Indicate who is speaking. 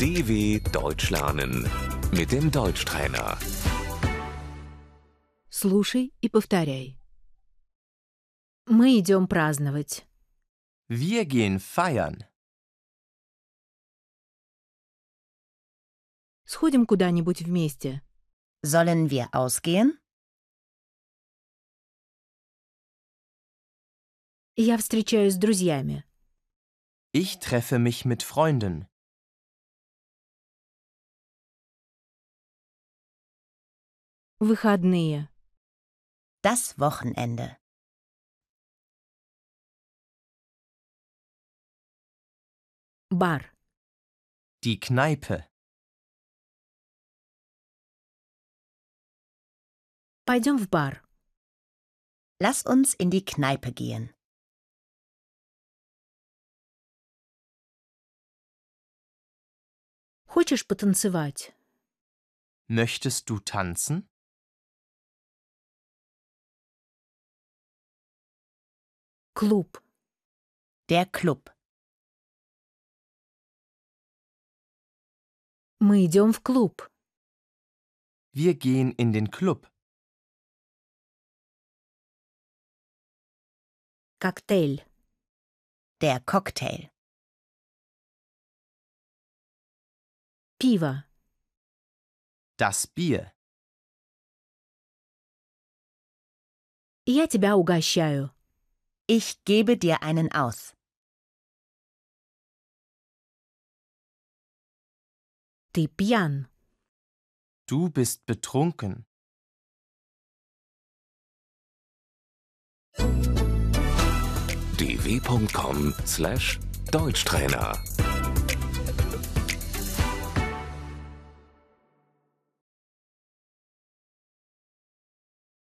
Speaker 1: DW Deutsch lernen mit dem Deutschtrainer.
Speaker 2: Слушай и повторяй. Мы идем праздновать.
Speaker 3: Wir gehen feiern.
Speaker 2: Сходим куда-нибудь вместе.
Speaker 4: Sollen wir ausgehen?
Speaker 2: Я встречаюсь с друзьями.
Speaker 3: Ich treffe mich mit Freunden.
Speaker 2: Выходные.
Speaker 4: Das Wochenende.
Speaker 2: Бар.
Speaker 3: Die Kneipe.
Speaker 2: Пойдем в бар.
Speaker 4: Lass uns in die Kneipe gehen.
Speaker 2: Хочешь потанцевать?
Speaker 3: Möchtest du tanzen?
Speaker 2: Клуб.
Speaker 4: Der Club.
Speaker 2: Мы идем в клуб.
Speaker 3: Wir gehen in den Club.
Speaker 2: Коктейль.
Speaker 4: Der Cocktail.
Speaker 2: Пиво.
Speaker 3: Das Bier.
Speaker 2: Я тебя угощаю.
Speaker 4: Ich gebe dir einen aus.
Speaker 2: Ты пьян.
Speaker 3: Du bist betrunken.
Speaker 1: dw.com/deutschtrainer